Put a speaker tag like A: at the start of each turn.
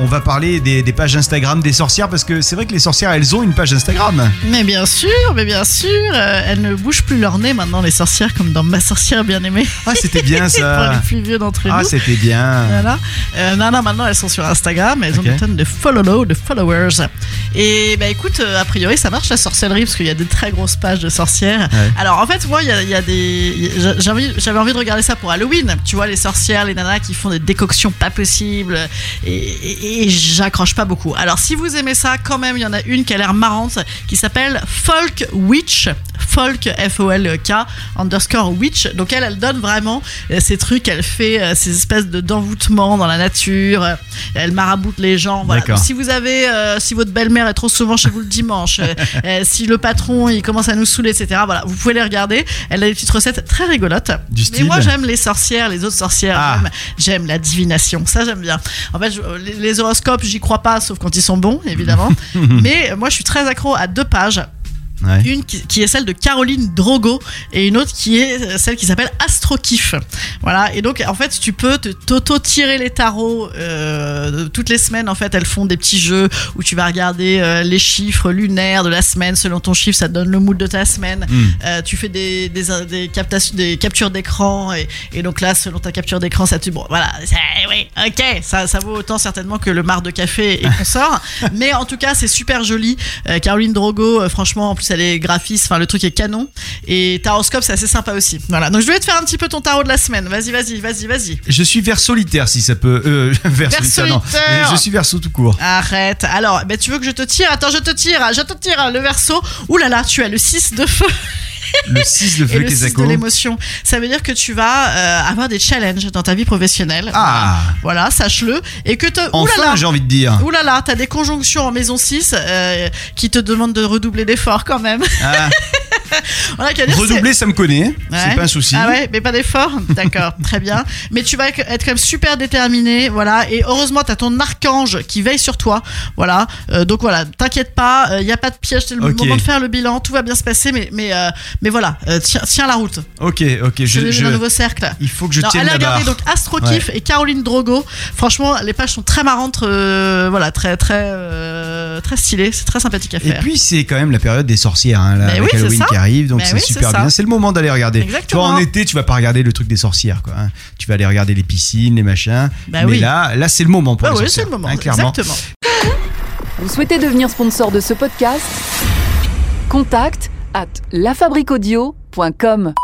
A: On va parler des, des pages Instagram des sorcières parce que c'est vrai que les sorcières elles ont une page Instagram.
B: Mais bien sûr, mais bien sûr, euh, elles ne bougent plus leur nez maintenant, les sorcières, comme dans Ma sorcière bien aimée.
A: Ah c'était bien
B: Pour les
A: ça.
B: plus vieux d'entre
A: Ah
B: nous.
A: c'était bien.
B: Voilà. Euh, non, non, maintenant elles sont sur Instagram, elles ont
A: Ok.
B: des tonnes de follow, de followers. Et bah écoute, euh, a priori ça marche la sorcellerie parce qu'il y a des très grosses pages de sorcières.
A: Ouais.
B: Alors en fait, moi, il y a, il y a des. j'a- j'ai envie- J'avais envie de regarder ça pour Halloween. Tu vois, les sorcières, les nanas qui font des décoctions pas possibles. Et, et- et j'accroche pas beaucoup. Alors si vous aimez ça, quand même, il y en a une qui a l'air marrante qui s'appelle Folk Witch. Folk, F-O-L-K, E underscore witch. Donc elle, elle donne vraiment euh, ces trucs, elle fait euh, ces espèces de d'envoûtements dans la nature, euh, elle maraboute les gens. Voilà.
A: D'accord.
B: Donc, si vous avez, euh, si votre belle-mère est trop souvent chez vous le dimanche, euh, euh, si le patron il commence à nous saouler, etc. Voilà, vous pouvez les regarder. Elle a des petites recettes très rigolotes.
A: Du
B: Mais
A: style
B: moi j'aime les sorcières, les autres sorcières.
A: Ah.
B: J'aime- J'aime la divination, ça j'aime bien. En fait, je- les- les horoscopes, j'y crois pas, sauf quand ils sont bons, évidemment. Mais euh, moi je suis très accro à deux pages.
A: Ouais.
B: Une qui, qui est celle de Caroline Drogo et une autre qui est euh, celle qui s'appelle Astrokiff. Voilà, et donc en fait, tu peux te- t'auto-tirer les tarots euh, toutes les semaines. En fait, elles font des petits jeux où tu vas regarder euh, les chiffres lunaires de la semaine. Selon ton chiffre, ça te donne le mood de ta semaine.
A: Hmm.
B: Euh, tu fais des, des, des captations- des captures d'écran et, et donc là, selon ta capture d'écran, ça te. Bon, voilà, c'est- eh oui, ok, ça, ça vaut autant certainement que le mar de café et qu'on sort. Mais en tout cas, c'est super joli. Euh, Caroline Drogo, euh, franchement, en plus, elle est graphiste, enfin, le truc est canon. Et Taroscope, c'est assez sympa aussi. Voilà, donc je vais te faire un petit peu ton tarot de la semaine. Vas-y, vas-y, vas-y, vas-y.
A: Je suis vers solitaire si ça peut. Euh, vers
B: Vers
A: solitaire, non.
B: solitaire.
A: Je suis verso tout court.
B: Arrête. Alors, ben, tu veux que je te tire Attends, je te tire, je te tire hein, le verso. Ouh là là, tu as le 6 de feu.
A: Le 6 de
B: et
A: feu
B: le sens de
A: Kesako.
B: l'émotion. Ça veut dire que tu vas euh, avoir des challenges dans ta vie professionnelle.
A: Ah.
B: Voilà, sache-le. Et que te. Ouh là
A: Enfin
B: là
A: j'ai envie de dire.
B: Ouh là là, t'as des conjonctions en maison 6 euh, qui te demandent de redoubler d'efforts quand même.
A: Ah,
B: Voilà, qu'à dire, c'est-
A: redoubler ça me connaît.
B: Ouais.
A: C'est pas un souci.
B: Ah ouais, mais pas d'effort D'accord, très bien. Mais tu vas être quand même super déterminé, voilà. Et heureusement, t'as ton archange qui veille sur toi, voilà. Euh, donc voilà, t'inquiète pas, il n'y a pas de piège, c'est le
A: Ok.
B: moment de faire le bilan, tout va bien se passer, mais, mais, euh, mais voilà, euh, tiens, tiens la route.
A: Ok ok.
B: Je,
A: Je,
B: vais
A: je-
B: dans un nouveau cercle.
A: Il faut que je
B: Non,
A: tienne
B: allez
A: la barre.
B: regarder donc Astro Kiff et Caroline Drogo. Franchement, les pages sont très marrantes, euh, voilà, très très euh, très stylées, c'est très sympathique à
A: Et
B: faire.
A: puis c'est quand même la période des sorcières, hein, là,
B: Mais
A: avec
B: oui, c'est
A: Halloween
B: ça.
A: qui arrive, donc
B: Mais
A: c'est
B: oui, c'est
A: super
B: ça.
A: bien. C'est le moment d'aller regarder.
B: Exactement.
A: Toi en été, tu vas pas regarder le truc des sorcières, quoi. hein. Tu vas aller regarder les piscines, les machins.
B: Bah
A: Mais
B: oui.
A: là, là c'est le moment pour
B: Ah Ouais,
A: les
B: ouais, c'est
A: sorcières,
B: le moment.
A: hein, clairement.
B: Exactement.
C: Vous souhaitez devenir sponsor de ce podcast Contact à lafabriquaudio.com.